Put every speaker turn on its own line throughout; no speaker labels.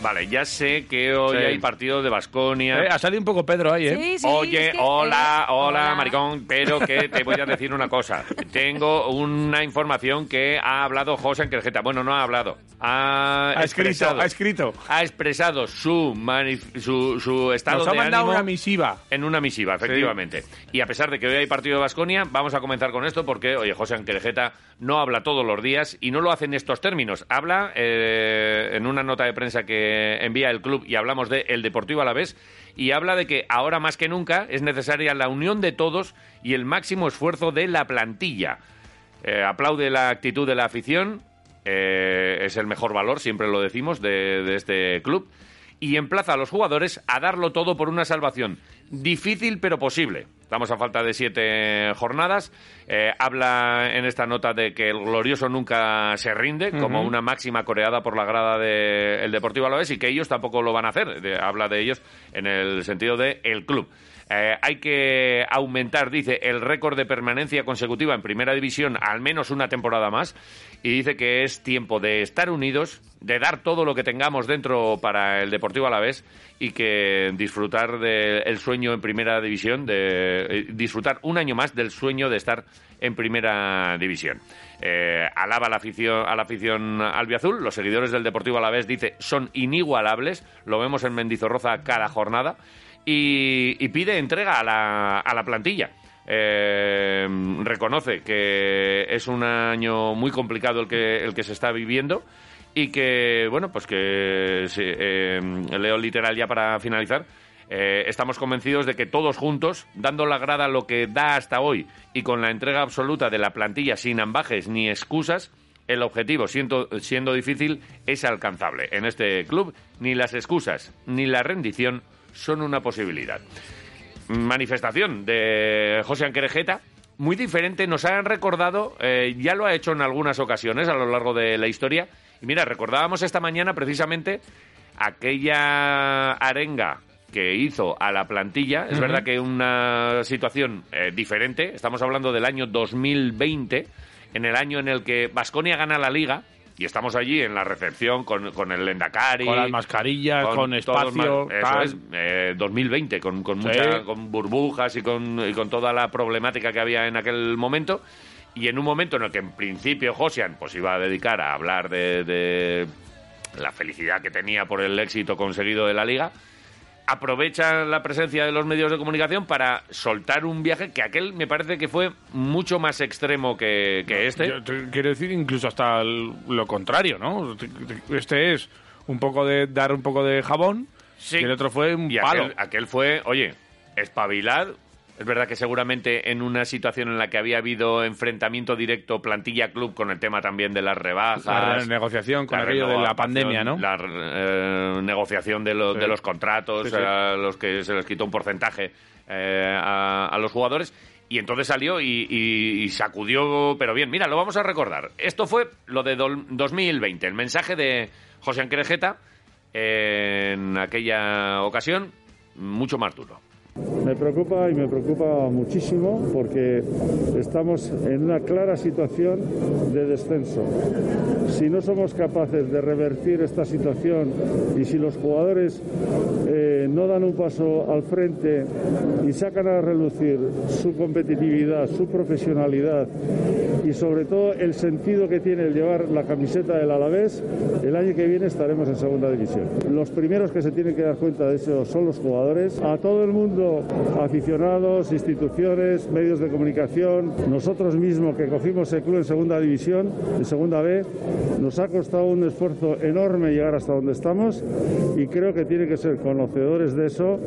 Vale, ya sé que hoy
Sí.
hay partido de Basconia.
Eh, ha salido un poco Pedro ahí, ¿eh?
Sí, sí,
Oye,
es que-
hola,
eh,
hola, maricón, pero que te voy a decir una cosa. Tengo una información que ha hablado José en Crejeta. Bueno, no ha hablado. Ha,
Ha escrito,
expresado,
ha escrito.
ha expresado su, manif- su, su estado
Nos ha
de
mandado
ánimo
una misiva.
en una misiva, efectivamente. Y a pesar de que hoy hay partido de Basconia, vamos a comenzar con esto porque, oye, José Anquerejeta no habla todos los días y no lo hace en estos términos. Habla eh, en una nota de prensa que envía el club y hablamos de el Deportivo a la vez y habla de que ahora más que nunca es necesaria la unión de todos y el máximo esfuerzo de la plantilla. Eh, aplaude la actitud de la afición, eh, es el mejor valor, siempre lo decimos, de, de este club, y emplaza a los jugadores a darlo todo por una salvación. Difícil pero posible. Estamos a falta de siete jornadas. Eh, habla en esta nota de que el glorioso nunca se rinde, como una máxima coreada por la grada del Deportivo Alavés, y que ellos tampoco lo van a hacer. De- habla de ellos en el sentido de el club. Eh, hay que aumentar, dice, el récord de permanencia consecutiva en primera división al menos una temporada más. Y dice que es tiempo de estar unidos, de dar todo lo que tengamos dentro para el Deportivo Alavés y que disfrutar del sueño en primera división, de eh, disfrutar un año más del sueño de estar en primera división. Eh, alaba a la afición, a la afición albiazul, los seguidores del Deportivo Alavés, dice, son inigualables, lo vemos en Mendizorroza cada jornada y, y pide entrega a la, a la plantilla. Eh, reconoce que es un año muy complicado el que, el que se está viviendo y que, bueno, pues que, sí, eh, leo literal ya para finalizar, eh, estamos convencidos de que todos juntos, dando la grada lo que da hasta hoy y con la entrega absoluta de la plantilla sin ambajes ni excusas, el objetivo, siento- siendo difícil, es alcanzable. En este club, ni las excusas ni la rendición son una posibilidad. Manifestación de José Anquerejeta. Muy diferente, nos han recordado, eh, ya lo ha hecho en algunas ocasiones a lo largo de la historia. Y mira, recordábamos esta mañana precisamente aquella arenga que hizo a la plantilla. Es verdad que una situación eh, diferente, estamos hablando del año 2020, en el año en el que Vasconia gana la liga. Y estamos allí en la recepción con, con el Endacari.
Con las mascarillas, con,
todos
espacio,
ma- eso
tal.
es, eh, 2020, con, con,
Sí.
mucha- con burbujas y con, y con toda la problemática que había en aquel momento. Y en un momento en el que, en principio, Josian pues iba a dedicar a hablar de, de la felicidad que tenía por el éxito conseguido de la liga, aprovecha la presencia de los medios de comunicación para soltar un viaje que aquel me parece que fue mucho más extremo que, que este.
Yo te- quiero decir incluso hasta el- lo contrario, ¿no? Te- te- Este es un poco de dar un poco de jabón
Sí.
y el otro fue un
Y
palo.
aquel, aquel fue, oye, espabilad. Es verdad que seguramente en una situación en la que había habido enfrentamiento directo plantilla-club con el tema también de las rebajas.
La negociación con
la
aquello de la
renovación,
pandemia, ¿no?
La eh, negociación de, lo-
Sí.
de los contratos,
Sí, sí.
a los que se les quitó un porcentaje eh, a, a los jugadores. Y entonces salió y, y- y sacudió, pero bien, mira, lo vamos a recordar. Esto fue lo de dol- 2020, el mensaje de José Anquerejeta en aquella ocasión, mucho más duro.
Me preocupa y me preocupa muchísimo porque estamos en una clara situación de descenso. Si no somos capaces de revertir esta situación y si los jugadores eh, no dan un paso al frente y sacan a relucir su competitividad, su profesionalidad y sobre todo el sentido que tiene el llevar la camiseta del Alavés, el año que viene estaremos en segunda división. Los primeros que se tienen que dar cuenta de eso son los jugadores. A todo el mundo, aficionados, instituciones, medios de comunicación, nosotros mismos que cogimos el club en segunda división, en segunda B, nos ha costado un esfuerzo enorme llegar hasta donde estamos y creo que tienen que ser conocedores de eso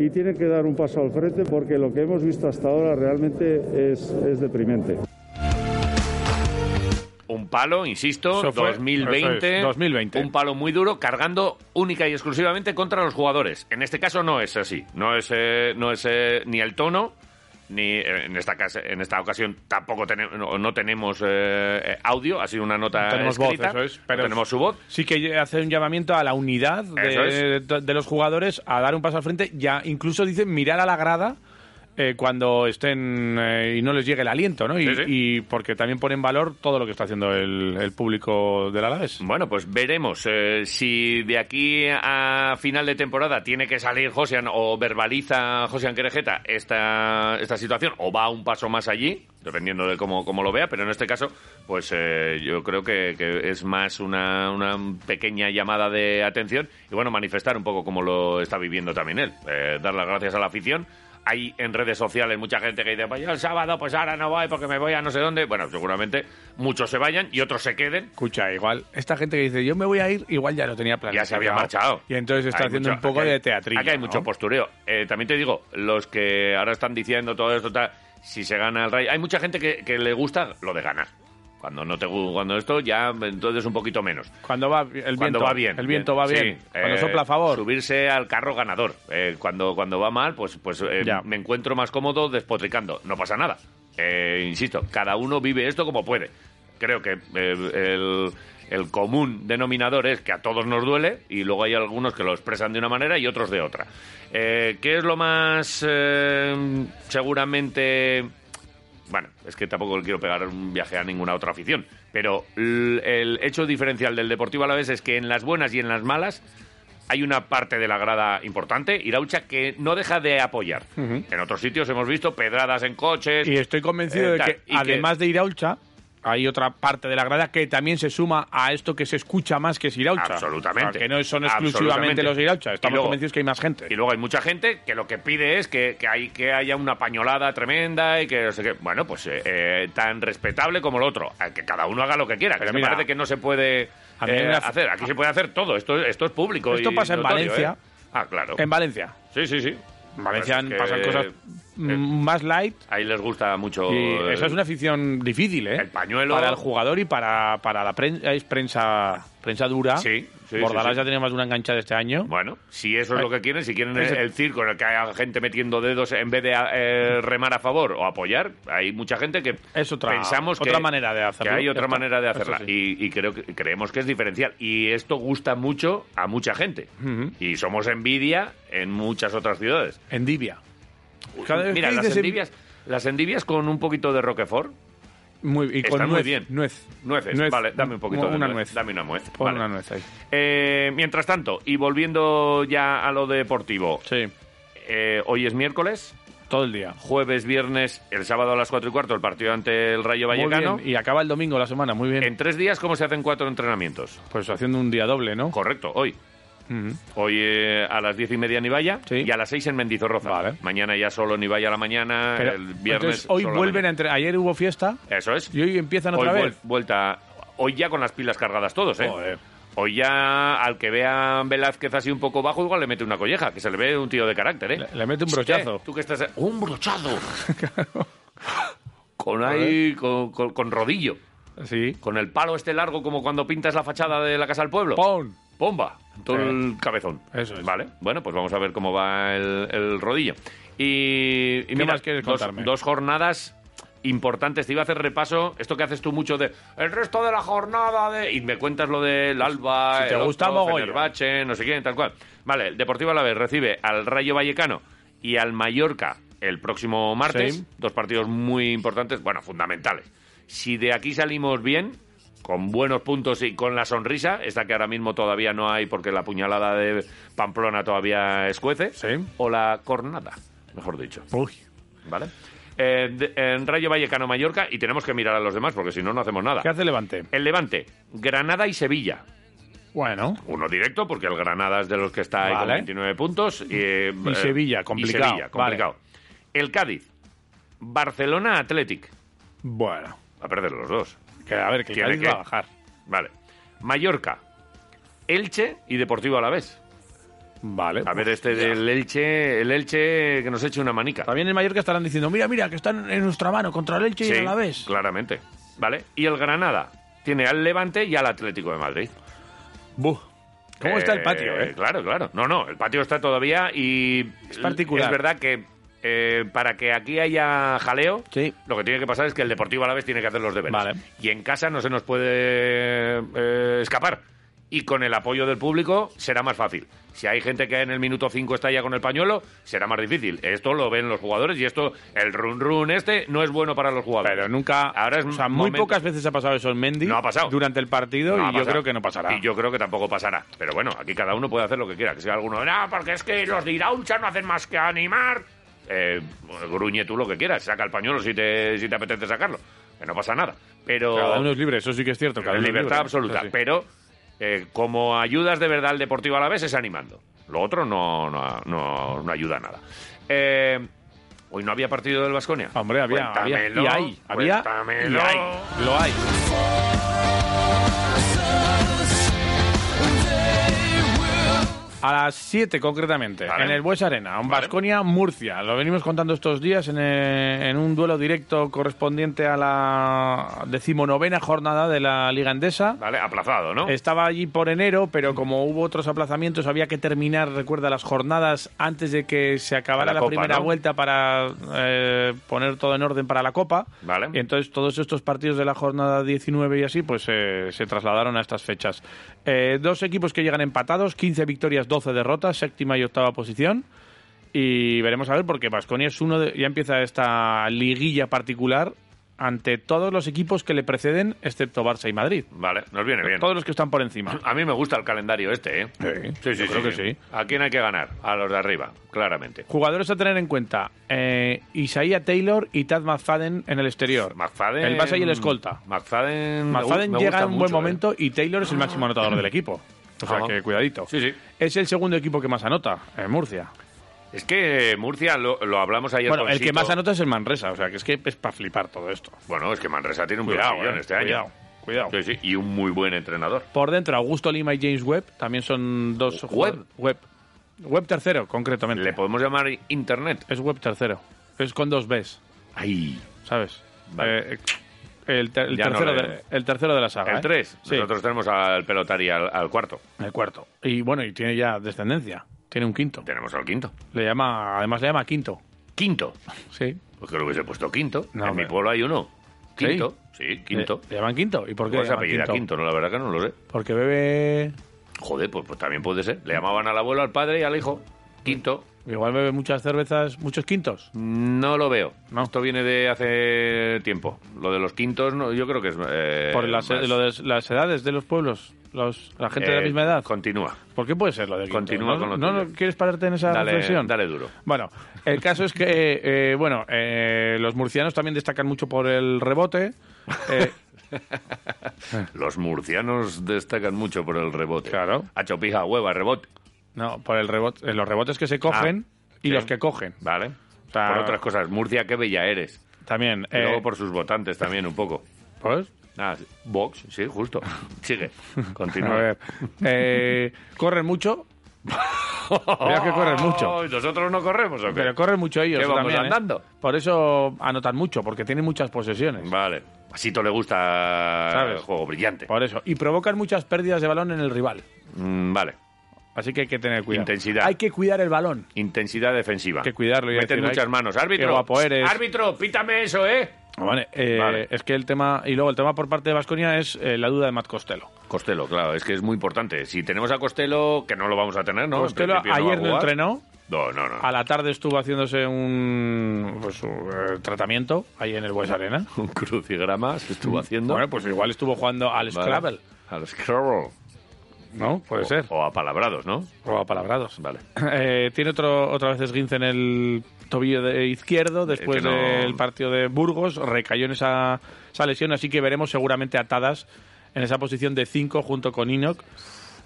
y tienen que dar un paso al frente porque lo que hemos visto hasta ahora realmente es, es deprimente.
Un palo, insisto,
Eso fue-
2020,
eso es, 2020.
Un palo muy duro, cargando única y exclusivamente contra los jugadores. En este caso no es así. No es, eh, no es eh, ni el tono, ni eh, en esta, casa- en esta ocasión tampoco tenemos, no, no tenemos eh, eh, audio, ha sido una nota
tenemos voz,
Ah, escrita.
eso es,
no
pero-
tenemos su voz.
Sí que hace un llamamiento a la unidad
Eso
de,
es.
de- de los jugadores a dar un paso al frente. Ya incluso dicen mirar a la grada eh, cuando estén eh, y no les llegue el aliento, ¿no? Y,
Sí, sí.
y porque también pone en valor todo lo que está haciendo el, el público del Alavés.
Bueno, pues veremos eh, si de aquí a final de temporada tiene que salir Josian o verbaliza Josian Querejeta esta, esta situación o va un paso más allí, dependiendo de cómo, cómo lo vea, pero en este caso, pues eh, yo creo que, que es más una, una pequeña llamada de atención y bueno, manifestar un poco cómo lo está viviendo también él, Eh, dar las gracias a la afición. Hay en redes sociales mucha gente que dice, pues yo el sábado, pues ahora no voy porque me voy a no sé dónde. Bueno, seguramente muchos se vayan y otros se queden,
Escucha, igual, esta gente que dice yo me voy a ir, igual ya lo tenía planeado.
ya se había marchado.
Y entonces está
Hay
haciendo
mucho-
un poco
aquí hay-
de teatrillo.
Aquí hay mucho
¿no?
postureo. Eh, también te digo, los que ahora están diciendo todo esto, tal, si se gana el Rayo... Hay mucha gente que, que le gusta lo de ganar. Cuando no te gu- cuando esto, ya entonces un poquito menos.
Cuando va el viento,
Cuando va bien.
El viento va
Sí,
bien. cuando
eh,
sopla a favor.
Subirse al carro ganador. Eh, cuando, cuando va mal, pues, pues eh,
Ya.
me encuentro más cómodo despotricando. No pasa nada. Eh, insisto, cada uno vive esto como puede. Creo que eh, el, el común denominador es que a todos nos duele y luego hay algunos que lo expresan de una manera y otros de otra. Eh, ¿Qué es lo más eh, seguramente bueno, es que tampoco le quiero pegar un viaje a ninguna otra afición, pero l- el hecho diferencial del Deportivo Alavés es que en las buenas y en las malas hay una parte de la grada importante, Iraucha, que no deja de apoyar. En otros sitios hemos visto pedradas en coches.
Y estoy convencido
eh,
de
tal,
que,
y que-
además de Iraucha, hay otra parte de la grada que también se suma a esto que se escucha más que es Iraucha.
Absolutamente.
O sea, que no son
Absolutamente.
exclusivamente los de Iraucha.
Y
Estamos
luego-
convencidos que hay más gente.
Y luego hay mucha gente que lo que pide es que, que, hay, que haya una pañolada tremenda y que no sé qué. Bueno, pues eh, eh, tan respetable como el otro. A que cada uno haga lo que quiera.
Pero
que me
mira,
parece que no se puede
a mí
eh,
me hace-
hacer. Aquí se puede hacer todo. Esto, esto es público.
Esto
y
pasa en
notorio,
Valencia.
¿eh? Ah, claro.
En Valencia.
Sí, sí, sí.
En Valencia
Pues es que,
pasan cosas mm,
eh,
más light.
Ahí les gusta mucho.
Y
eh,
esa es una afición difícil, ¿eh?
el pañuelo.
Para el jugador y para, para la prensa. Es prensa, prensa dura.
Sí, sí,
Bordalás
sí, sí.
ya tenía más de una enganchada este año.
Bueno, si eso es lo que quieren, si quieren el,
Ese-
el circo en el que haya gente metiendo dedos en vez de eh, remar a favor o apoyar, hay mucha gente que
Es otra-
pensamos que-
otra manera de hacerlo.
que hay otra
Esto-
manera de
esto
hacerla y, y creo que, creemos que es diferencial y esto gusta mucho a mucha gente y somos envidia en muchas otras ciudades.
Endivia. Cada vez
Mira,
que
las
dices en-
endivias, las endivias con un poquito de Roquefort,
Muy, y con
Están muy
nuez,
bien.
Nuez.
nueces,
Nuez.
vale, dame un poquito de
una
nuez,
nuez.
dame una nuez,
Pon
vale.
una nuez ahí.
Eh, mientras tanto, y volviendo ya a lo deportivo,
Sí,
eh, hoy es miércoles,
todo el día.
jueves, viernes, el sábado a las 4 y cuarto, el partido ante el Rayo
Muy
Vallecano.
bien, Y acaba el domingo la semana, muy bien.
En tres días, ¿cómo se hacen cuatro entrenamientos?
Pues haciendo un día doble, ¿no?
Correcto, hoy.
Ujú.
Hoy eh, a las diez y media en Ibaya
Sí.
y a las seis en Mendizorroza.
Vale.
Mañana ya solo en Ibaya a la mañana,
Pero,
el viernes.
entonces, hoy
solo a la
vuelven a
mañana.
entrenar. Ayer hubo fiesta
Eso es.
y hoy empiezan
Hoy
otra
vuel-
vez.
vuelta. Hoy ya con las pilas cargadas todos, ¿eh?
Joder.
Hoy ya al que vea Velázquez así un poco bajo, igual le mete una colleja, que se le ve un tío de carácter, ¿eh?
Le- le mete un brochazo.
¿Qué? Tú que estás. ¡Un brochazo! con ahí, con, con- con rodillo.
Sí.
Con el palo este largo, como cuando pintas la fachada de la Casa del Pueblo.
¡Pum!
¡Bomba! Todo
Eh,
el cabezón.
eso es.
Vale. Bueno, pues vamos a ver cómo va el, el rodillo. Y, y mira,
más quieres
dos,
contarme?
dos jornadas importantes. Te iba a hacer repaso. Esto que haces tú mucho de el resto de la jornada de... Y me cuentas lo del Alba,
Si te
el
gusta,
otro,
mogollón.
Fenerbahce, no sé quién, tal cual. Vale, el Deportivo Alavés recibe al Rayo Vallecano y al Mallorca el próximo martes.
Sí.
Dos partidos muy importantes, bueno, fundamentales. Si de aquí salimos bien, con buenos puntos y con la sonrisa, esta que ahora mismo todavía no hay porque la puñalada de Pamplona todavía escuece,
Sí.
o la cornada, mejor dicho,
Uy.
¿vale? eh, de- en Rayo Vallecano Mallorca y tenemos que mirar a los demás porque si no, no hacemos nada.
¿Qué hace Levante?
El Levante, Granada y Sevilla.
Bueno,
Uno directo, porque el Granada es de los que está ahí con
Vale.
29 puntos. Y, eh,
Y
eh,
Sevilla, complicado,
y Sevilla, complicado. El Cádiz, Barcelona Athletic.
bueno.
Va a perder los dos.
Que, a ver, que el
Tiene
Cádiz
que-
va a bajar.
Vale. Mallorca, Elche y Deportivo a la vez.
Vale.
A ver, este del Elche, el Elche que nos eche una manica.
También en Mallorca estarán diciendo, mira, mira, que están en nuestra mano contra el Elche y
Sí,
el Alavés.
Claramente. Vale. Y el Granada tiene al Levante y al Atlético de Madrid.
Buh. ¿Cómo está el patio, eh?
Claro, claro. No, no, el patio está todavía y.
Es particular.
Es verdad que eh, para que aquí haya jaleo,
Sí.
lo que tiene que pasar es que el Deportivo Alavés tiene que hacer los deberes.
Vale.
Y en casa no se nos puede eh, escapar. Y con el apoyo del público será más fácil. Si hay gente que en el minuto 5 está ya con el pañuelo, será más difícil. Esto lo ven los jugadores y esto, el run run este, no es bueno para los jugadores.
Pero nunca.
Ahora es
o sea, muy
momento-
pocas veces ha pasado eso en Mendy.
No ha pasado.
Durante el partido
No ha
y yo
pasado.
creo que no pasará.
Y yo creo que tampoco pasará. Pero bueno, aquí cada uno puede hacer lo que quiera. Que sea alguno, no, porque es que los de Irauncha no hacen más que animar. Eh, gruñe tú lo que quieras, saca el pañuelo si te, si te apetece sacarlo. Que no pasa nada. Pero
Cada uno es libre, eso sí que es cierto. cada uno es
libertad
libre.
absoluta.
Eso sí.
Pero eh, como ayudas de verdad al Deportivo a la vez es animando. Lo otro no, no, no, no ayuda a nada. Eh, Hoy no había partido del Vasconia.
Hombre, había. había y hay. Había. Y hay. Lo hay. A las 7 concretamente,
Vale.
en el Bues Arena, en
Vale.
Basconia, Murcia. Lo venimos contando estos días en, eh, en un duelo directo correspondiente a la decimonovena jornada de la Liga Endesa.
Vale, aplazado, ¿no?
Estaba allí por enero, pero como hubo otros aplazamientos, había que terminar, recuerda, las jornadas antes de que se acabara
Para la
la
Copa,
primera
¿no?
vuelta para eh, poner todo en orden para la Copa.
Vale.
Y entonces todos estos partidos de la jornada 19 y así, pues eh, se trasladaron a estas fechas. Eh, dos equipos que llegan empatados, 15 victorias, 12 derrotas, séptima y octava posición. Y veremos a ver, porque Vasconia es uno de, ya empieza esta liguilla particular ante todos los equipos que le preceden, excepto Barça y Madrid.
Vale, nos viene bien.
Todos los que están por encima.
A mí me gusta el calendario este, ¿eh?
Sí, yo creo que sí.
¿A quién hay que ganar? A los de arriba, claramente.
Jugadores a tener en cuenta: eh, Isaiah Taylor y Tad McFadden en el exterior.
McFadden...
El base y el escolta.
McFadden... me gu-
McFadden
me
llega
gusta
en un
mucho,
buen
¿eh?
momento y Taylor es el máximo anotador del equipo. O sea
Ajá.
que cuidadito.
Sí, sí.
Es el segundo equipo que más anota en Murcia.
Es que Murcia, lo, lo hablamos ayer
Bueno,
con
el que
Sito.
más anota es el Manresa. O sea que es que es para flipar todo esto.
Bueno, es que Manresa tiene un
Cuidado,
plantillón
eh,
este año.
cuidado, cuidado.
Sí, sí, y un muy buen entrenador.
Por dentro, Augusto Lima y James Webb también son dos.
Webb.
jugadores- Webb. Webb tercero, concretamente.
Le podemos llamar Internet.
es Webb tercero. Es con dos Bs.
Ay,
¿sabes?
Vale.
Eh, el, ter- el
Ya no
tercero
le-
de, el tercero de la saga.
el
¿eh?
3.
Sí,
Nosotros tenemos al pelotari al, al cuarto.
el cuarto. Y bueno, y tiene ya descendencia. Tiene un quinto.
Tenemos al quinto.
Le llama, además le llama quinto.
Quinto.
Sí.
Pues que lo hubiese puesto quinto.
No,
en
hombre.
mi pueblo hay uno.
¿Sí? Eh,
Quinto. Sí, quinto.
Le, le llaman quinto. ¿Y por qué?
¿Cómo
le
se
llaman
apellida
quinto?
Quinto? No, la verdad que no lo sé.
Porque bebe.
Joder, pues, pues también puede ser. Le
Mm.
llamaban al abuelo, al padre y al hijo. Quinto.
Igual bebe muchas cervezas, muchos quintos.
No lo veo.
No.
Esto viene de hace tiempo. Lo de los quintos, no, yo creo que es. eh,
por las,
más-
lo de las edades de los pueblos. Los, la gente de
eh,
la misma edad.
Continúa.
¿Por qué puede ser lo de quinto?
Continúa
¿No,
con lo
¿no,
tuyo.
no quieres pararte en esa
Dale,
reflexión?
dale duro.
Bueno, el caso es que, eh, bueno, eh, los murcianos también destacan mucho por el rebote. Eh,
Los murcianos destacan mucho por el rebote.
Claro.
A chopija, hueva, rebote.
no, por el rebote, eh, los rebotes que se cogen y
Ah, sí.
los que cogen.
Vale.
O sea,
por otras cosas. Murcia, qué bella eres.
También.
Y
eh,
luego por sus votantes también, un poco.
pues,
Ah, sí. Vox, sí, justo. Sigue.
a
Continúa.
ver. eh, corren mucho. Mira que corren mucho.
Ay, ¿Nosotros no corremos o qué?
Pero corren mucho ellos.
¿Qué vamos
también, ¿eh?
andando?
Por eso anotan mucho, porque tienen muchas posesiones.
Vale. A Sito le gusta el
¿Sabes?
juego brillante.
Por eso. Y provocan muchas pérdidas de balón en el rival.
Mm, vale.
Así que hay que tener cuidado.
Intensidad.
Hay que cuidar el balón.
Intensidad defensiva.
que cuidarlo y
Meten
decir,
muchas
ay,
manos.
qué
Árbitro.
guapo eres.
Árbitro, pítame eso, ¿eh?
Vale, eh,
Vale.
es que el tema. Y luego el tema por parte de Vasconia es eh, la duda de Matt Costello.
Costello, claro, es que es muy importante. Si tenemos a Costello, que no lo vamos a tener, ¿no? En
Costello
principio va a
ayer no
jugar.
entrenó.
No, no, no.
A la tarde estuvo haciéndose un pues, su, eh, tratamiento ahí en el Bues Arena.
Un crucigrama se estuvo haciendo.
Bueno, Mm, pues igual estuvo jugando
Vale.
al Scrabble.
Al Scrabble.
¿no? Puede
O-
ser.
O apalabrados, ¿no?
O apalabrados.
Oh. Vale.
Eh, tiene otro, otra vez esguince en el tobillo de izquierdo después
Es Eh, que no-
del partido de Burgos. Recayó en esa, esa lesión, así que veremos seguramente atadas en esa posición de 5 junto con Inok.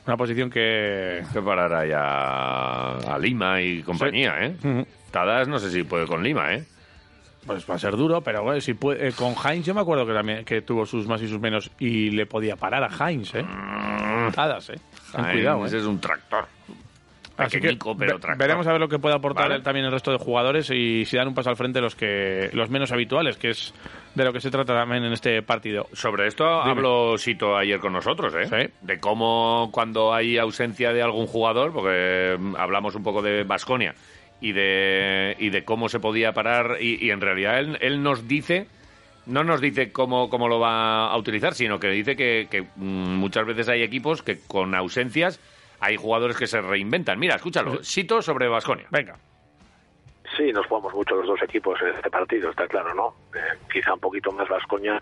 Una posición que.
que parar ahí a, a Lima y compañía, ¿eh?
Ujú.
Tadas no sé si puede con Lima, ¿eh?
Pues va a ser duro, pero bueno, si puede- eh, con Heinz yo me acuerdo que también que tuvo sus más y sus menos y le podía parar a Heinz, ¿eh? Atadas, ¿eh? Ten
Ay,
cuidado,
ese
¿eh?
es un tractor.
Así que
pequeñico, pero
ve-
tractor.
veremos a ver lo que puede aportar
Vale.
también el resto de jugadores y si dan un paso al frente los que los menos habituales, que es de lo que se trata también en este partido.
Sobre esto habló Sito ayer con nosotros, ¿eh?
Sí.
De cómo cuando hay ausencia de algún jugador, porque mm, hablamos un poco de Basconia y de, y de cómo se podía parar, y, y en realidad él, él nos dice, no nos dice cómo, cómo lo va a utilizar, sino que dice que, que, mm, muchas veces hay equipos que con ausencias hay jugadores que se reinventan. Mira, escúchalo, Sito sobre Basconia.
Venga.
Sí, nos jugamos mucho los dos equipos en este partido, está claro, ¿no? Eh, quizá un poquito más Vascoña,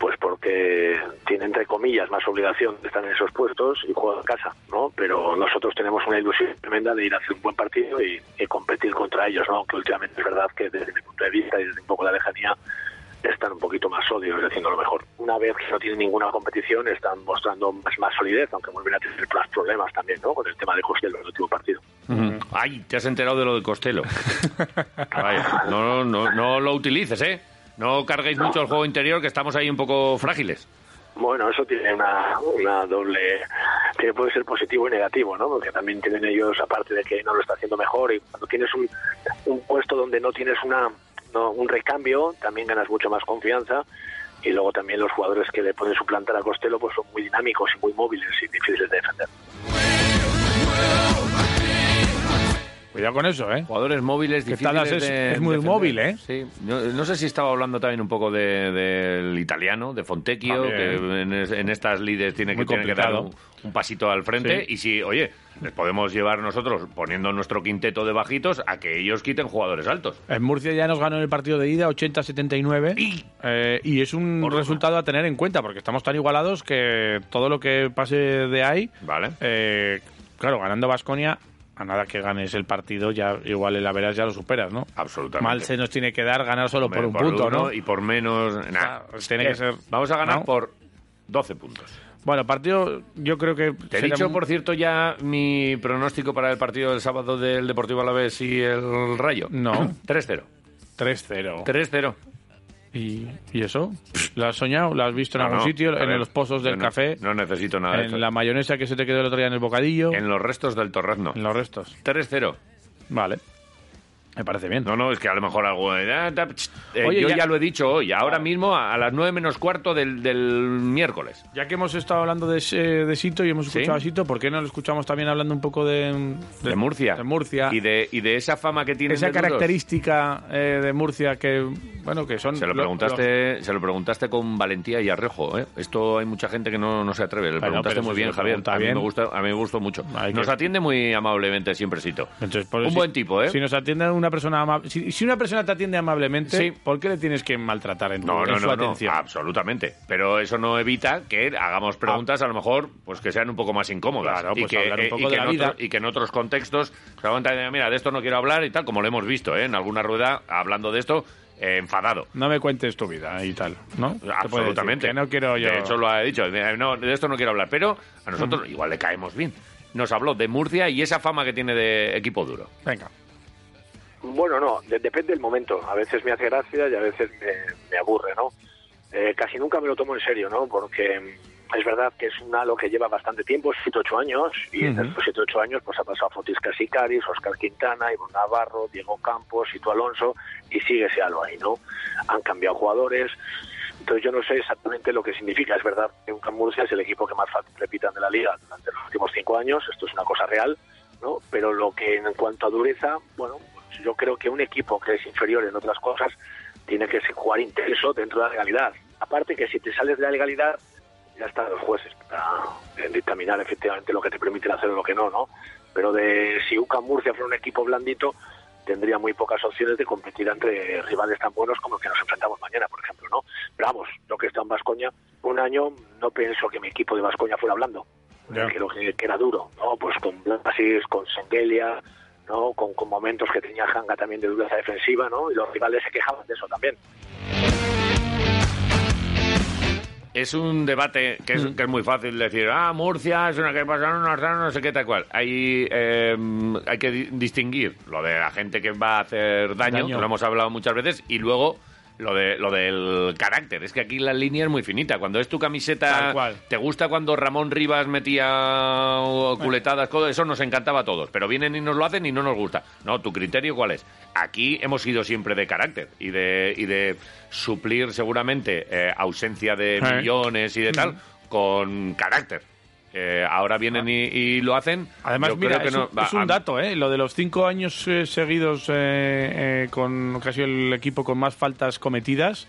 pues porque tiene, entre comillas, más obligación de estar en esos puestos y juega en casa, ¿no? Pero nosotros tenemos una ilusión tremenda de ir a hacer un buen partido y, y competir contra ellos, ¿no? Que últimamente es verdad que desde mi punto de vista y desde un poco la lejanía están un poquito más sólidos, haciendo lo mejor. Una vez que no tienen ninguna competición, están mostrando más, más solidez, aunque volverán a tener más problemas también, ¿no? Con el tema de Costello en el último partido.
Ay, te has enterado de lo de Costello. Vaya, no, no, no lo utilices, ¿eh? No carguéis mucho el juego interior, que estamos ahí un poco frágiles.
Bueno, eso tiene una, una doble. Tiene, puede ser positivo y negativo, ¿no? Porque también tienen ellos, aparte de que no lo está haciendo mejor, y cuando tienes un, un puesto donde no tienes una no, un recambio, también ganas mucho más confianza. Y luego también los jugadores que le pueden suplantar a Costello pues son muy dinámicos y muy móviles y difíciles de defender.
Cuidado con eso, ¿eh?
Jugadores móviles
Que
difíciles
Tadas es-
de
es muy
defender.
móvil, ¿eh?
Sí. No, no sé si estaba hablando también un poco de- del italiano, de Fontecchio,
También.
que en, es- en estas lides tiene que,
Muy
tiene que dar un,
complicado.
un pasito al frente.
Sí.
Y si, oye, les podemos llevar nosotros, poniendo nuestro quinteto de bajitos, a que ellos quiten jugadores altos.
En Murcia ya nos ganó en el partido de ida 80-79
Y-
eh, y es un
Horror.
resultado a tener en cuenta porque estamos tan igualados que todo lo que pase de ahí,
Vale.
eh, claro, ganando Vasconia, a nada que ganes el partido, ya igual el Averas ya lo superas, ¿no?
Absolutamente.
Mal se nos tiene que dar ganar solo por un
Hombre,
punto,
uno
¿no?
Y por menos. Pues nah.
Ah, tiene que ser-
Vamos a ganar
¿no?
por 12 puntos.
Bueno, partido yo creo que...
Te he
será
dicho,
un-
por cierto, ya mi pronóstico para el partido del sábado del Deportivo Alavés y el Rayo.
No.
3-0.
3-0.
3-0.
¿Y, y eso? ¿Lo has soñado? ¿Lo has visto en
No,
algún
no,
sitio?
a
¿En
ver,
los pozos del
no,
café?
No necesito nada de eso.
¿En la mayonesa que se te quedó el otro día en el bocadillo?
En los restos del torrezno.
en los restos.
3-0.
Vale. Me parece bien.
No, no, es que a lo mejor algo... de- ah, ta- ch- eh,
Oye,
yo
ya- Ah.
ya... lo he dicho hoy, ahora mismo a, a las 9 menos cuarto del, del miércoles.
Ya que hemos estado hablando de, ese- de Sito y hemos escuchado a Sito, ¿por qué no lo escuchamos también hablando un poco de,
De, Murcia.
De Murcia.
Y de, y de esa fama que tiene...
Esa característica eh, de Murcia que, bueno, que son...
Se lo,
los-
preguntaste, se lo preguntaste con valentía y arrejo. ¿eh? Esto hay mucha gente que no, no se atreve. Le
Bueno,
preguntaste
pero
muy
si
bien,
se
Javier.
pregunta
A mí,
bien.
me gusta, a mí me gustó mucho.
Hay
Nos
que-
atiende muy amablemente siemprecito.
Entonces, por-
Un
si-
buen tipo, ¿eh?
Si nos atiende una persona amable... Si, si una persona te atiende amablemente,
Sí.
¿por qué le tienes que maltratar en, tu-
No,
en
no,
su
no, no,
atención? Ah.
absolutamente. Pero eso no evita que hagamos preguntas, a lo mejor, pues que sean un poco más incómodas.
Claro,
y
pues
que,
hablar un
eh,
poco
y
de
que
la
en
vida.
otro- y que en otros contextos, se aguanta y diga, mira, de esto no quiero hablar y tal, como lo hemos visto ¿eh? en alguna rueda hablando de esto, eh, enfadado.
No me cuentes tu vida y tal, ¿no? Te puede decir
Absolutamente.
Que no quiero yo...
De hecho, lo ha dicho. eh, No, de esto no quiero hablar, pero a nosotros igual le caemos bien. Nos habló de Murcia y esa fama que tiene de equipo duro.
Venga.
Bueno, no, de- depende del momento. A veces me hace gracia y a veces me, me aburre, ¿no? Eh, casi nunca me lo tomo en serio, ¿no? Porque mm, es verdad que es un halo que lleva bastante tiempo, 7-8 años, y en
Ujú.
estos 7-8 años pues ha pasado Fotis Casicaris, Oscar Quintana, Ivonne Navarro, Diego Campos, Sito Alonso, y sigue ese halo ahí, ¿no? Han cambiado jugadores, entonces yo no sé exactamente lo que significa. Es verdad que un Murcia es el equipo que más fácil repitan de la liga durante los últimos cinco años, esto es una cosa real, ¿no? Pero lo que en cuanto a dureza, bueno, pues yo creo que un equipo que es inferior en otras cosas tiene que ser- jugar intenso dentro de la legalidad. Aparte que si te sales de la legalidad, ya están los jueces para eh, dictaminar efectivamente lo que te permiten hacer o lo que no, ¿no? Pero de si UCAM Murcia fuera un equipo blandito, tendría muy pocas opciones de competir entre rivales tan buenos como los que nos enfrentamos mañana, por ejemplo, ¿no? Pero vamos, yo que he estado en Vascoña un año, no pienso que mi equipo de Vascoña fuera blando.
Ya.
creo que, que era duro, ¿no? Pues con Blasis, con Sengelia, ¿no? Con, con momentos que tenía Hanga también de dureza defensiva, ¿no? Y los rivales se quejaban de eso también.
Es un debate que es, que es muy fácil decir, ah, Murcia es una que pasaron, no, no, no sé qué tal cual. Hay, eh, hay que di- distinguir lo de la gente que va a hacer daño,
Daño.
que lo hemos hablado muchas veces, y luego lo, de, lo del carácter. Es que aquí la línea es muy finita. Cuando es tu camiseta,
Tal cual.
¿te gusta cuando Ramón Rivas metía o, culetadas? co- Eso nos encantaba a todos, pero vienen y nos lo hacen y no nos gusta. No, ¿tu criterio cuál es? Aquí hemos sido siempre de carácter y de, y de suplir seguramente eh, ausencia de
Sí.
millones y de tal con carácter. Eh, ahora vienen y, y lo hacen.
Ah. Además,
Yo
mira,
creo que
es,
no-
un,
va,
es un
a-
dato, ¿eh? Lo de los cinco años eh, seguidos eh, eh, con casi el equipo con más faltas cometidas.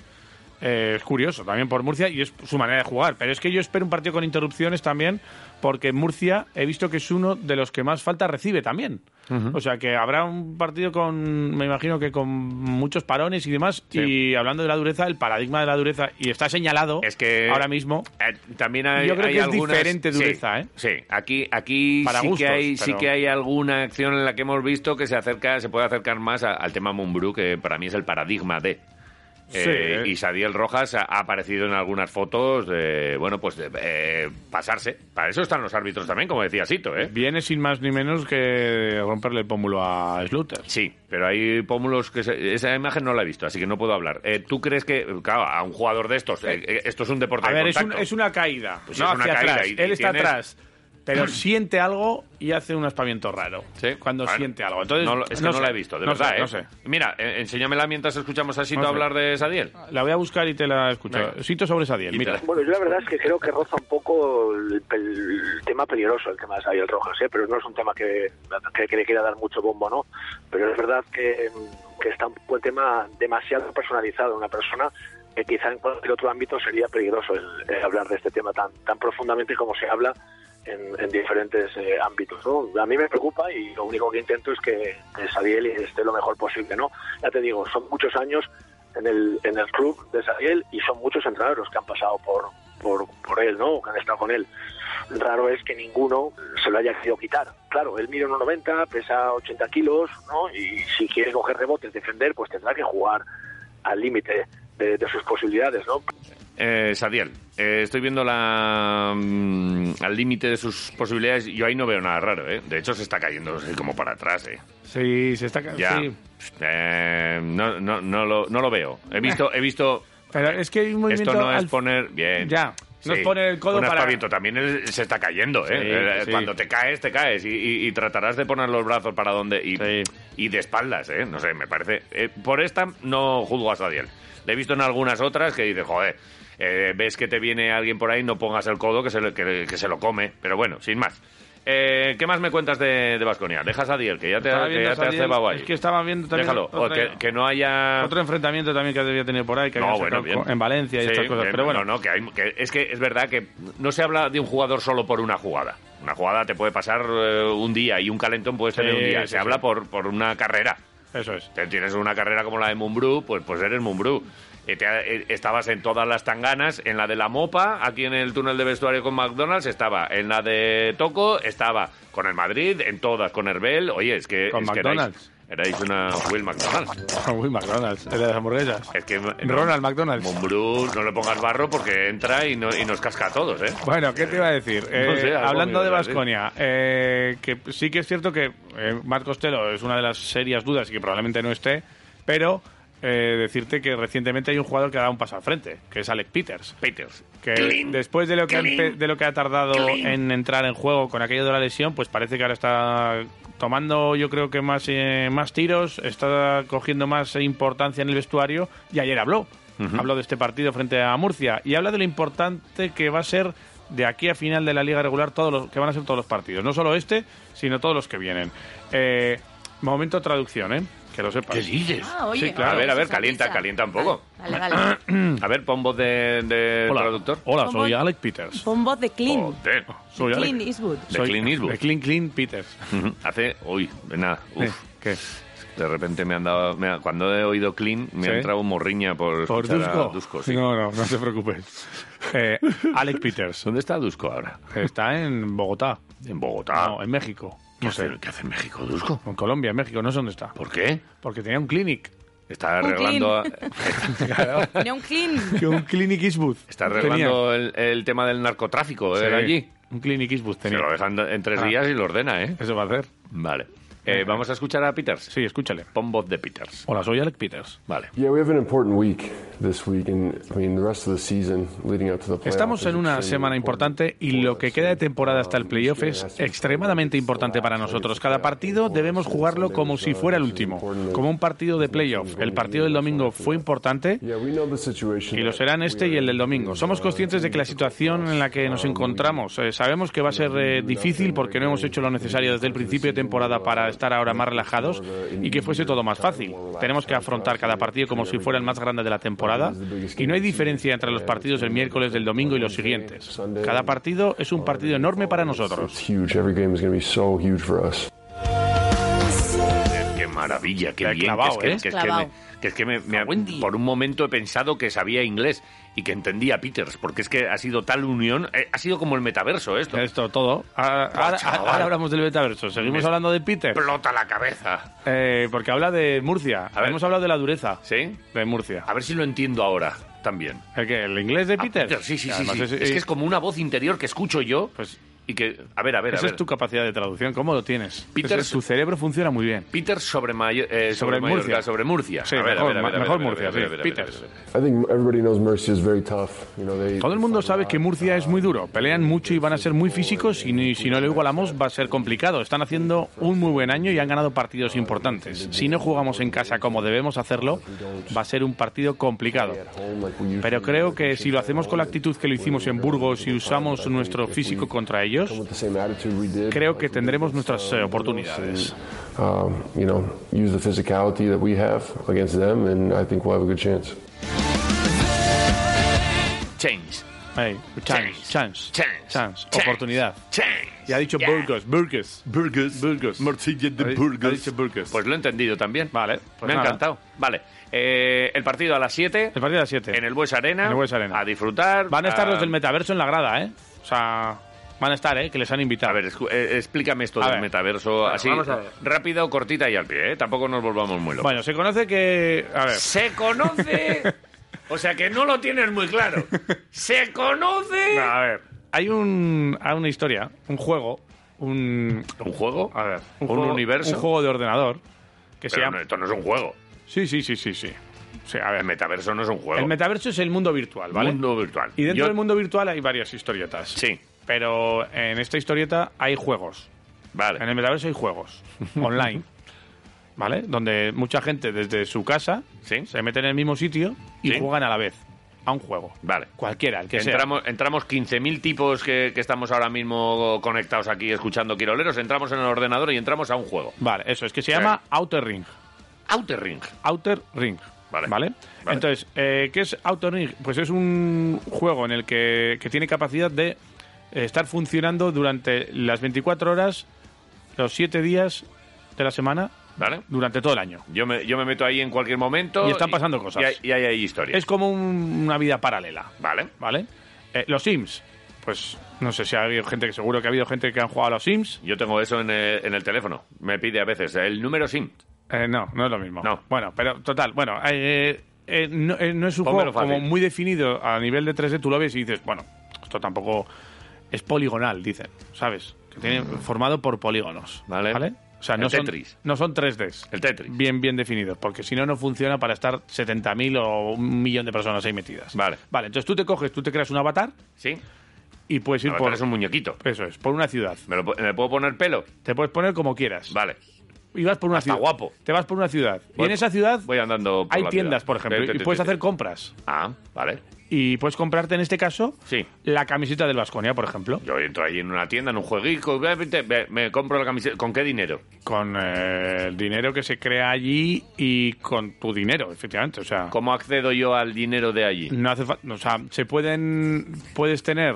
eh, es curioso también por Murcia y es su manera de jugar. Pero es que yo espero un partido con interrupciones también, porque Murcia he visto que es uno de los que más faltas recibe también. O sea que habrá un partido con, me imagino que con muchos parones y demás.
Sí.
Y hablando de la dureza, el paradigma de la dureza, y está señalado
Es que-
ahora mismo.
Eh, también hay,
Yo creo
hay
que es
algunas-
diferente
sí,
dureza, ¿eh?
Sí, aquí, aquí
Para
sí,
gustos,
que hay, sí
pero-
que hay alguna acción en la que hemos visto que se acerca, se puede acercar más a- al tema Mumbrú, que para mí es el paradigma de. Eh,
Sí.
Y Sadiel Rojas ha, ha aparecido en algunas fotos de, bueno, pues de eh, pasarse. Para eso están los árbitros también, como decía Sito, ¿eh?
Viene sin más ni menos que romperle el pómulo a Sluter.
Sí, pero hay pómulos que... se- esa imagen no la he visto, así que no puedo hablar. Eh, ¿Tú crees que, claro, a un jugador de estos, eh, eh, esto es un deporte
A
de
ver, es,
contacto?
un- es una caída.
Pues
no
es una
hacia
caída
atrás.
y-
Él
y
está
tienes-
atrás. Pero siente algo y hace un aspamiento raro.
Sí.
Cuando
Bueno,
siente algo. Entonces,
no, lo- es que no,
sé.
la he visto, de
No
verdad,
sé,
¿eh?
no sé.
Mira, eh, enséñamela mientras escuchamos a Sito
No sé.
hablar de Sadiel.
La voy a buscar y te la escucho.
Venga.
Sito sobre esa 10.
Y
Mira.
te
Bueno, yo la verdad es que creo que roza un poco el, el tema peligroso, el tema de Xavier Rojas, ¿eh? pero no es un tema que, que, que le quiera dar mucho bombo, ¿no? Pero es verdad que, que está un poco el tema demasiado personalizado, una persona que quizá en cualquier otro ámbito sería peligroso el- el hablar de este tema tan, tan profundamente como se habla en, en diferentes eh, ámbitos. ¿no? A mí me preocupa y lo único que intento es que, que Sadiel esté lo mejor posible. ¿no? Ya te digo, son muchos años en el, en el club de Sadiel y son muchos entrenadores los que han pasado por, por, por él, ¿no? que han estado con él. Raro es que ninguno se lo haya querido quitar. Claro, él mide 1,90, pesa 80 kilos ¿no? y si quiere coger rebotes, defender, pues tendrá que jugar al límite de, de sus posibilidades. ¿no?
Eh, Sadiel, eh, estoy viendo la, mm, al límite de sus posibilidades. Yo ahí no veo nada raro, ¿eh? De hecho, se está cayendo así como para atrás, ¿eh?
Sí, se está. ca-
Ya.
sí.
Eh, no, no, no, lo, no lo veo. He visto... He visto
Pero es que hay un movimiento.
Esto no
al-
es poner... Bien.
Ya. No es poner el codo
Un
para-
aspaviento también él se está cayendo, ¿eh?
Sí,
Eh,
sí.
Cuando te caes, te caes. Y, y- y tratarás de poner los brazos para donde... Y,
Sí.
y de espaldas, ¿eh? No sé, me parece... eh, por esta no juzgo a Sadiel. Le he visto en algunas otras que dices, joder, eh, ves que te viene alguien por ahí, no pongas el codo que se, lo- que, que se lo come. Pero bueno, sin más. Eh, ¿Qué más me cuentas de Vasconia? Deja a Sadiel, que ya te,
Estaba
que
viendo
ya te
a
has
Sadiel,
cebado ahí.
Es que estaba viendo también.
Déjalo. O
otra-
que, que no haya...
Otro enfrentamiento también que había tenido por ahí, que habían sacado co- en Valencia y
Sí,
estas cosas.
bien,
Pero bueno,
No, no, que, hay- que es que es verdad que no se habla de un jugador solo por una jugada. Una jugada te puede pasar eh, un día y un calentón puede ser de
Sí,
un día.
sí,
se
sí.
habla por, por una carrera.
eso es.
Te- Tienes una carrera como la de Mumbrú, pues, pues eres Mumbrú. Eh, te ha- eh, estabas en todas las tanganas, en la de la Mopa, aquí en el túnel de vestuario con McDonald's estaba, en la de Toco estaba, con el Madrid, en todas, con Herbel. Oye, es que,
Con
es que erais-
McDonald's.
erais una Will McDonald's.
Uy, McDonald's, el de las hamburguesas.
Es que eh, no.
Ronald McDonald's.
Mumbrú, no le pongas barro porque entra y, no, y nos casca a todos, ¿eh?
Bueno, ¿qué te iba a decir?
No
Eh,
sé, algo
hablando
me
de
ibas a decir.
Vasconia, que sí que es cierto que eh, Marcos Telo es una de las serias dudas y que probablemente no esté, pero eh, decirte que recientemente hay un jugador que ha dado un paso al frente, que es Alec Peters.
Peters.
Que después de lo que, han pe- de lo que ha tardado en entrar en juego con aquello de la lesión, pues parece que ahora está tomando, yo creo que más, eh, más tiros, está cogiendo más importancia en el vestuario. Y ayer habló, habló de este partido frente a Murcia y habla de lo importante que va a ser de aquí a final de la liga regular todos los que van a ser todos los partidos, no solo este, sino todos los que vienen. Eh, momento traducción, ¿eh? que lo sepas.
dices?
Ah, oye.
Sí, claro.
A ver, a ver,
Esa
calienta,
pizza.
calienta un poco.
Vale, vale.
A ver, pon voz de, de
Hola, Oh,
traductor.
hola, soy Alec Peters.
Con voz de Clean.
Joder.
Soy Alec-
Clean Eastwood.
De
soy-
Clint Eastwood.
de Clint- Clint Peters.
Ujú. Hace... Uy, nada. Uf.
¿Qué?
De repente me han dado... me ha- cuando he oído clean, me
Sí.
ha entrado un morriña por...
¿Por
escuchar a
Dusko?
Dusko, sí.
No, no, no te preocupes. Eh, Alec Peters.
¿Dónde está Dusko ahora?
Está en Bogotá.
En Bogotá.
No, en México.
¿Qué,
Ah. No sé.
hace, qué hace en México Dusko?
En Colombia, en México, no sé dónde está.
¿Por qué?
Porque tenía un clinic.
Está
Un
arreglando,
Tenía un clean.
Que un clinic Eastwood.
está
Tenía.
arreglando el, el tema del narcotráfico
Sí,
¿eh? allí.
eh, Un clinic Eastwood
Se
tenía.
lo dejan en tres
Ah.
días y lo ordena, ¿eh?
Eso va a hacer.
Vale. Eh, Vamos a escuchar a Peters.
Sí, escúchale.
Pon voz de Peters.
Hola, soy Alec Peters.
Vale.
Yeah, we have an important week this week, and I mean the rest of the season leading up to the playoffs.
Estamos en una semana importante y lo que queda de temporada hasta
Um,
el playoff es extremadamente importante para nosotros. Cada partido debemos jugarlo como si fuera el último, como un partido de playoff. El partido del domingo fue importante y
Y
lo será en este y el del domingo. Somos conscientes de que la situación en la que nos
Um,
encontramos, eh, sabemos que va a ser eh, difícil porque no hemos hecho lo necesario desde el principio de temporada para estar ahora más relajados y que fuese todo más fácil. Tenemos que afrontar cada partido como si fuera el más grande de la temporada y no hay diferencia entre los partidos del miércoles, del domingo y los siguientes. Cada partido es un partido enorme para nosotros.
It's huge. Every game is going to be so huge for us.
Qué maravilla, qué
Te ha
bien.
clavado,
que es que,
¿eh?
que es que
Clavado.
me- que es que me- me ha- por un momento he pensado que sabía inglés y que entendía a Peters, porque es que ha sido tal unión, eh, ha sido como el metaverso esto.
Esto todo. Ahora, ahora- ahora hablamos del metaverso. Seguimos hablando de Peter.
Explota la cabeza.
eh, porque habla de Murcia.
A ver.
Hemos hablado de la dureza
¿Sí?
de Murcia.
A ver si lo entiendo ahora también.
¿El, qué? ¿El inglés de
Ah,
Peter?
sí, sí, sí.
Además,
sí. Es, que es como una voz interior que escucho yo
Pues-
y que... A ver, a ver, a
Esa
ver.
es tu capacidad de traducción, ¿cómo lo tienes?
Peter-
Ese- tu cerebro funciona muy bien.
Peters sobre, Mayo- eh, sobre,
Sobre
Mallorca,
Murcia.
sobre Murcia.
Sí,
a ver, a
mejor,
ver, a ver, a ver,
mejor
a ver,
Murcia,
a ver, a ver,
sí,
a ver, a ver,
Peters.
a ver.
I think everybody knows Mercy is very tough. You know, they,
Todo el mundo sabe que Murcia es muy duro, pelean mucho y van a ser muy físicos y ni- si no lo igualamos va a ser complicado. Están haciendo un muy buen año y han ganado partidos importantes. Si no jugamos en casa como debemos hacerlo, va a ser un partido complicado. Pero creo que si lo hacemos con la actitud que lo hicimos en Burgos y usamos nuestro físico contra ellos, creo que tendremos nuestras eh, oportunidades.
Um, you know, use the physicality that we have against them, and I think we'll have a good chance.
Change.
Ahí, chance,
Chance.
chance, chance,
Chance.
oportunidad.
Change.
Y ha dicho
Yeah.
Burgos, Burgos.
Burgers.
Burgos.
Martínez
Ha
de
di-
Burgos.
ha dicho Burgos.
Pues lo he entendido también.
Vale, pues
Me ha
nada.
encantado. Vale. Eh, el partido a las 7
El partido a las 7.
en el Bues Arena.
En el Bues Arena.
A disfrutar.
Van a estar
a-
los del metaverso en la grada, ¿eh? O sea, van a estar, ¿eh? Que les han invitado.
A ver, escu- eh, explícame esto
A
del
ver.
metaverso así
vamos a ver.
rápido, cortita y al pie, ¿eh? Tampoco nos volvamos muy locos.
Bueno, se conoce que. A ver.
Se conoce... o sea que no lo tienes muy claro. Se conoce...
A ver. Hay, un, hay una historia, un juego, un.
¿Un juego?
A ver.
¿Un,
juego-
universo?
Un juego de ordenador. Que se
Pero
llama.
no, esto no es un juego.
Sí, sí, sí, sí, sí. Sí, a
El
ver.
metaverso no es un juego.
El metaverso es el mundo virtual, ¿vale?
Mundo virtual.
Y dentro
Yo-
del mundo virtual hay varias historietas.
Sí,
Pero en esta historieta hay juegos.
vale.
En el metaverso hay juegos online, ¿vale? Donde mucha gente desde su casa
Sí.
se mete en el mismo sitio y
Sí.
juegan a la vez a un juego.
Vale.
Cualquiera, el que sea.
Entramos, entramos 15.000 tipos que, que estamos ahora mismo conectados aquí escuchando Quiroleros, entramos en el ordenador y entramos a un juego.
Vale, eso es que se
Sí.
llama Outer Ring.
Outer Ring.
Outer Ring.
Vale.
Vale.
Vale.
Entonces, eh, ¿qué es Outer Ring? Pues es un juego en el que, que tiene capacidad de eh, estar funcionando durante las 24 horas, los 7 días de la semana,
¿Vale?
durante todo el año.
Yo me, yo me meto ahí en cualquier momento.
Y están pasando cosas.
Y hay, y hay, hay historias.
Es como un- una vida paralela.
Vale.
¿vale? Eh, los Sims, pues no sé si ha habido gente que seguro que ha habido gente que han jugado a los Sims.
Yo tengo eso en el, en el teléfono. Me pide a veces el número SIM.
Eh, no, no es lo mismo.
No.
Bueno, pero total, bueno, eh, eh, no, eh, no es un
Pónmelo
juego como
fácil.
muy definido a nivel de 3D, tú lo ves y dices, bueno, esto tampoco es poligonal, dicen, ¿sabes? Que tiene formado por polígonos,
Mm. Vale.
O sea,
El
no son,
Tetris.
no son 3Ds.
El Tetris.
Bien, bien definidos, porque si no, no funciona para estar 70.000 o un millón de personas ahí metidas.
Vale.
Vale, entonces tú te coges, tú te creas un avatar
¿Sí?
y puedes ir
Ahora
por...
eres un muñequito.
Eso es, por una ciudad.
¿Me, lo, pu- ¿Me puedo poner pelo?
Te puedes poner como quieras.
Vale.
Y vas por una
Hasta
ciudad.
guapo.
Te vas por una ciudad.
Voy-
y en esa ciudad
voy andando por
hay
la
tiendas,
ciudad.
por
Te- te-
ejemplo, y
te-
puedes
te-
hacer compras.
Ah, vale.
Y puedes comprarte, en este caso,
Sí.
la camiseta del Vasconia, por ejemplo.
Yo entro ahí en una tienda, en un jueguico, ve, vete, ve, me compro la camiseta. ¿Con qué dinero?
Con eh, el dinero que se crea allí y con tu dinero, efectivamente. O sea,
¿Cómo accedo yo al dinero de allí?
no hace falta. O sea, se pueden. Puedes tener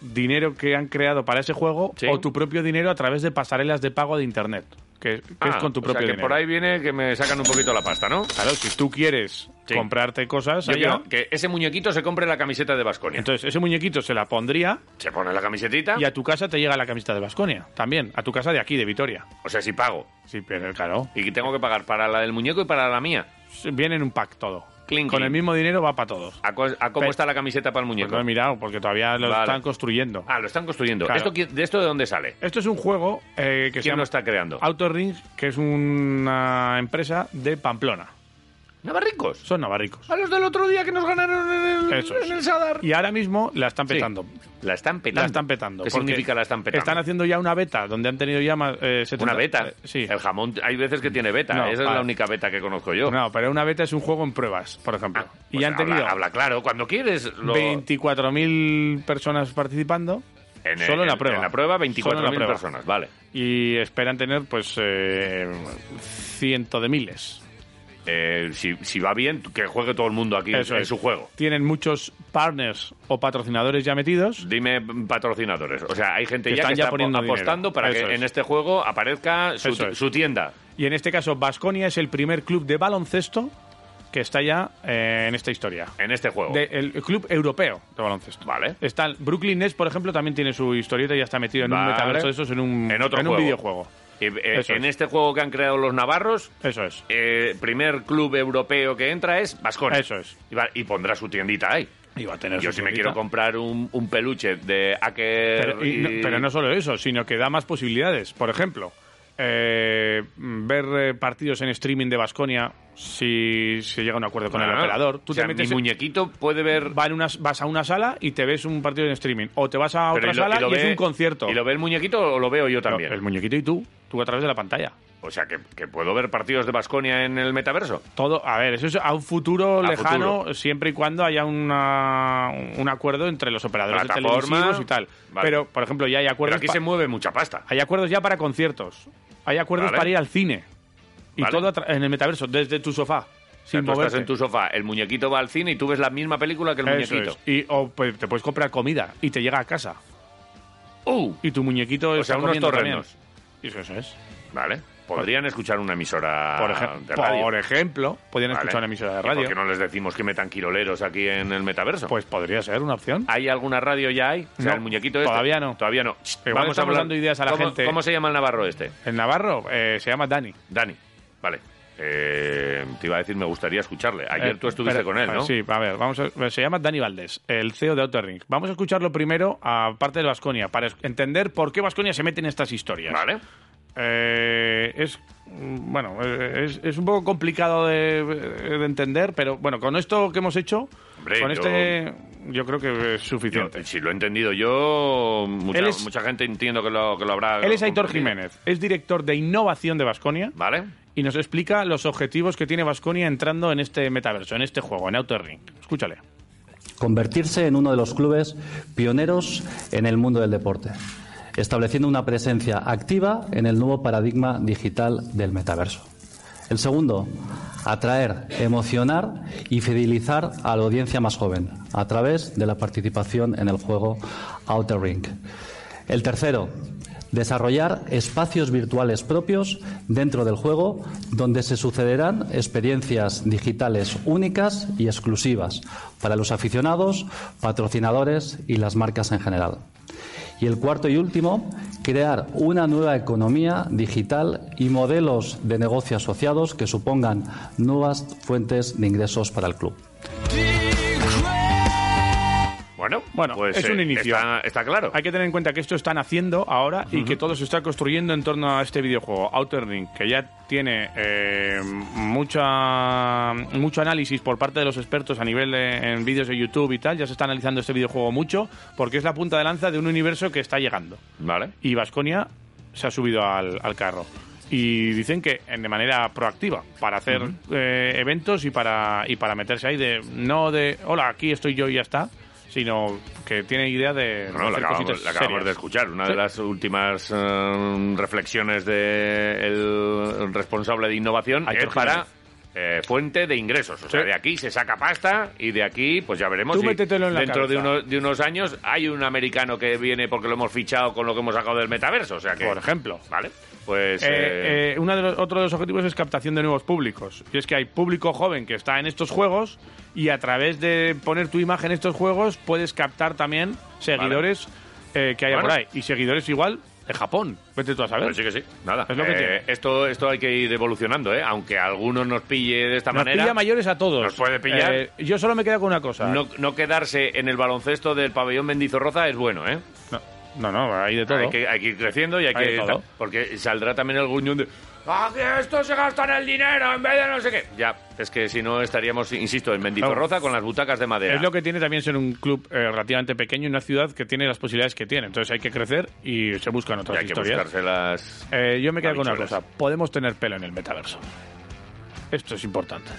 dinero que han creado para ese juego
Sí.
o tu propio dinero a través de pasarelas de pago de internet. que, que es
Ah,
con tu
o sea,
propio
que
dinero.
por ahí viene que me sacan un poquito la pasta, ¿no?
Claro, si tú quieres
Sí.
comprarte cosas,
Yo
allá,
quiero que ese muñequito se compre la camiseta de Basconia.
entonces ese muñequito se la pondría
Se pone la camisetita,
y a tu casa te llega la camiseta de Basconia. También, a tu casa de aquí, de Vitoria.
o sea, si pago.
Sí, pero claro.
Y tengo que pagar para la del muñeco y para la mía.
Viene en un pack todo.
Clean,
Con
clean.
el mismo dinero va para todos.
¿A, cos- a cómo
Pe-
está la camiseta para el
Pues
muñeco?
no he mirado, porque todavía lo
Vale.
están construyendo.
Ah, lo están construyendo.
Claro.
¿Esto qui- ¿De esto de dónde sale?
Esto es un juego eh, que se
¿Quién
llama
lo está creando?
Outer Rings, que es una empresa de Pamplona.
¿Navarricos?
Son navarricos.
A los del otro día que nos ganaron en el,
Eso es.
en el Sadar.
Y ahora mismo la están
Sí.
petando.
La están petando.
La están petando.
¿Qué
porque
significa la están petando?
Están haciendo ya una beta, donde han tenido ya más... eh, 70
Una beta.
eh, sí.
El jamón, hay veces que tiene beta.
No,
Esa es
vale.
la única beta que conozco yo.
No, pero una beta es un juego en pruebas, por ejemplo.
Ah,
y
pues
han tenido
Habla, habla claro, cuando quieres. Lo...
24.000 personas participando
En, el-
solo en la prueba.
En la prueba,
Solo en la
24.000
prueba.
personas. Vale.
Y esperan tener, pues, eh, cientos de miles.
Eh, si, si va bien, que juegue todo el mundo aquí
Eso
en
es.
su juego.
Tienen muchos partners o patrocinadores ya metidos.
Dime patrocinadores. O sea, hay gente
Que
ya
están
que
ya
está
poniendo
apo- apostando
dinero.
para
Eso
que
es.
en este juego aparezca su,
Eso es.
su tienda.
Y en este caso, Basconia es el primer club de baloncesto que está ya eh, en esta historia.
En este juego.
De- el club europeo de baloncesto.
Vale.
Está el- Brooklyn Nets, por ejemplo, también tiene su historieta y ya está metido en
Vale.
un metaverso de esos, en un,
En otro
un
juego.
videojuego.
Eh, eh,
Eso
en
es.
este juego que han creado los navarros,
Eso es.
eh, primer club europeo que entra es Vasconia.
Eso es.
Y, va- y pondrá su tiendita ahí.
Y va a tener
Yo
su
si me
tiendita.
quiero comprar un, un peluche de Aker
Pero, y no,
y-
pero no solo eso, sino que da más posibilidades. Por ejemplo, eh, ver eh, partidos en streaming de Basconia si se llega a un acuerdo con el
Ah,
operador. Tú
o sea,
te metes
mi
en-
muñequito er- puede ver...
va en una- vas a una sala y te ves un partido en streaming. O te vas a
pero
otra sala y, es
ve-
un concierto.
¿Y lo ve el muñequito o lo veo yo también?
El muñequito y tú, tú a través de la pantalla.
O sea, que, que puedo ver partidos de Basconia en el metaverso.
Todo, a ver, eso es a un futuro
A
lejano,
futuro.
siempre y cuando haya una, un acuerdo entre los operadores de
Plataforma.
televisivos y tal.
Vale.
Pero, por ejemplo, ya hay
Pero
acuerdos.
aquí
Pues
se
pa-
mueve mucha pasta.
Hay acuerdos ya para conciertos. Hay acuerdos
Vale.
para ir al cine. Y
Vale.
todo a tra- en el metaverso, desde tu sofá.
O sea,
Sin
tú
moverte.
estás en tu sofá, el muñequito va al cine y tú ves la misma película que el
Eso
muñequito.
es. Y, o pues, te puedes comprar comida y te llega a casa.
¡Uh!
Y tu muñequito
O
está
sea, unos
comiendo
torrendos.
también. Eso, eso es.
Vale. Podrían escuchar una emisora
Por, ejem-
Ah, de radio.
por ejemplo, podían
Vale.
escuchar una emisora de
¿Y
radio.
¿Por qué no les decimos que metan quiroleros aquí en el metaverso?
Pues podría ser una opción.
¿Hay alguna radio ya hay? O sea,
No,
el muñequito este.
todavía no.
Todavía no. Shh,
Igual estamos dando ideas a la
¿Cómo-
gente.
¿Cómo se llama el navarro este?
El Navarro eh, se llama Dani.
Dani. Vale. Eh, te iba a decir, me gustaría escucharle. Ayer
Eh,
tú estuviste
pero-
con él,
a ver,
¿no?
Sí, a ver, vamos a- eh, se llama Dani Valdés, el CEO de Outer Ring. Vamos a escucharlo primero a parte de Vasconia para es- entender por qué Vasconia se mete en estas historias.
Vale.
Eh, es mm, bueno, eh, es, es un poco complicado de, de entender, pero bueno, con esto que hemos hecho,
Hombre,
con
yo-
este, yo creo que es
Yo,
suficiente.
si lo he entendido yo, mucha,
Él es-
mucha gente entiendo que lo, que lo habrá.
Él es Aitor
comprendido.
Jiménez, es director de innovación de Vasconia
Vale.
y nos explica los objetivos que tiene Vasconia entrando en este metaverso, en este juego, en Outer Ring. Escúchale.
convertirse en uno de los clubes pioneros en el mundo del deporte, estableciendo una presencia activa en el nuevo paradigma digital del metaverso. El segundo, atraer, emocionar y fidelizar a la audiencia más joven a través de la participación en el juego Outer Ring. El tercero, desarrollar espacios virtuales propios dentro del juego donde se sucederán experiencias digitales únicas y exclusivas para los aficionados, patrocinadores y las marcas en general. Y el cuarto y último, crear una nueva economía digital y modelos de negocio asociados que supongan nuevas fuentes de ingresos para el club.
Bueno,
Bueno,
pues,
es
eh,
un inicio.
Está, está claro.
Hay que tener en cuenta que esto están haciendo ahora y que todo se está construyendo en torno a este videojuego, Outer Ring, que ya tiene eh, mucha, mucho análisis por parte de los expertos a nivel de- en vídeos de YouTube y tal. Ya se está analizando este videojuego mucho porque es la punta de lanza de un universo que está llegando.
Vale.
Y Vasconia se ha subido al, al carro. Y dicen que en- de manera proactiva, para hacer eh, eventos y para, y para meterse ahí de no de, hola, aquí estoy yo y ya está, sino que tiene idea de...
No, no, la
hacer
acabamos,
cositas
la acabamos
serias.
de escuchar. Una de
Sí.
las últimas em, eh, reflexiones del responsable de innovación
Aitor
es para
Jiménez.
eh, fuente de ingresos. O sea,
Sí.
de aquí se saca pasta y de aquí, pues ya veremos.
Tú
si
métetelo en la
dentro de
cabeza.
unos, de unos años hay un americano que viene porque lo hemos fichado con lo que hemos sacado del metaverso. O sea que,
Por ejemplo.
Vale. Pues. eh,
Eh, eh, una de los- otro de los objetivos es captación de nuevos públicos. Y es que hay público joven que está en estos juegos y a través de poner tu imagen en estos juegos puedes captar también seguidores eh, que haya
Bueno.
por ahí. Y seguidores igual de Japón. Vete tú a saber.
Pues sí que sí, nada.
Es lo que
Eh,
tiene.
esto, esto hay que ir evolucionando, ¿eh? Aunque a algunos nos pille de esta
Nos
manera.
pilla mayores a todos.
Nos puede pillar.
Eh, yo solo me quedo con una cosa.
no, no quedarse en el baloncesto del pabellón Mendizorroza es bueno, ¿eh?
no, no, no, hay de todo.
Hay que, hay que ir creciendo y hay,
Hay de
que...
todo.
Porque saldrá también el gruñón de... ¡Ah, que esto se gastan el dinero en vez de no sé qué! Ya, es que si no estaríamos, insisto, en Mendizorroza con las butacas de madera.
Es lo que tiene también ser un club eh, relativamente pequeño en una ciudad que tiene las posibilidades que tiene. Entonces hay que crecer y se buscan
Y
otras
hay que
historias.
buscarse las...
Eh, yo me quedo con una
Habichuelas.
cosa. Podemos tener pelo en el metaverso. Esto es importante.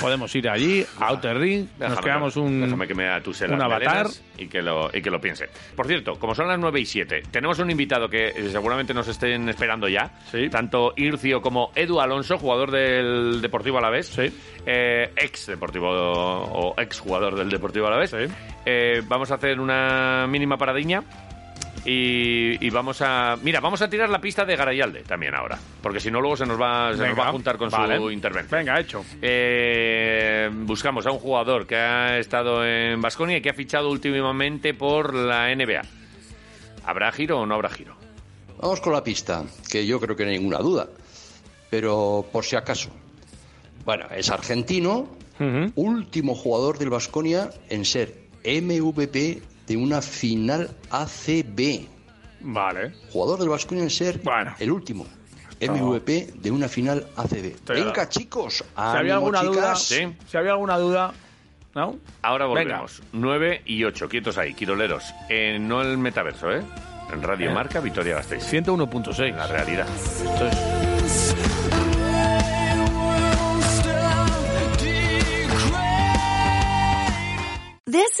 Podemos ir allí, a Outer Ring, nos
Déjame
creamos
que- déjame
un...
que me atuse
un
las
avatar.
melenas y que, lo, y que lo piense. Por cierto, como son las 9 y 7, tenemos un invitado que eh, seguramente nos estén esperando ya.
Sí.
Tanto Ircio como Edu Alonso, jugador del Deportivo Alavés.
Sí.
Eh, ex Deportivo o ex jugador del Deportivo Alavés.
Sí.
Eh, vamos a hacer una mínima paradiña. Y, y vamos a. Mira, vamos a tirar la pista de Garayalde también ahora. Porque si no, luego se nos va, se nos
Venga.
va a juntar con su
Vale.
intervención.
Venga, hecho.
Eh, buscamos a un jugador que ha estado en Vasconia y que ha fichado últimamente por la NBA. ¿Habrá giro o no habrá giro?
Vamos con la pista, que yo creo que no hay ninguna duda, pero por si acaso. Bueno, es argentino, último jugador del Vasconia en ser MVP de una final ACB.
Vale.
Jugador del Vasconia en ser
Bueno.
el último MVP de una final ACB.
Estoy
Venga,
dado.
Ah, chicos,
Si había
ánimo,
alguna duda...
chicas.
Sí.
Si había alguna duda... ¿No?
Ahora
Venga.
volvemos. 9 y 8, quietos ahí, quiroleros. Eh, no el metaverso, ¿eh? En Radio Marca, Victoria Gasteiz.
101.6.
La realidad.
This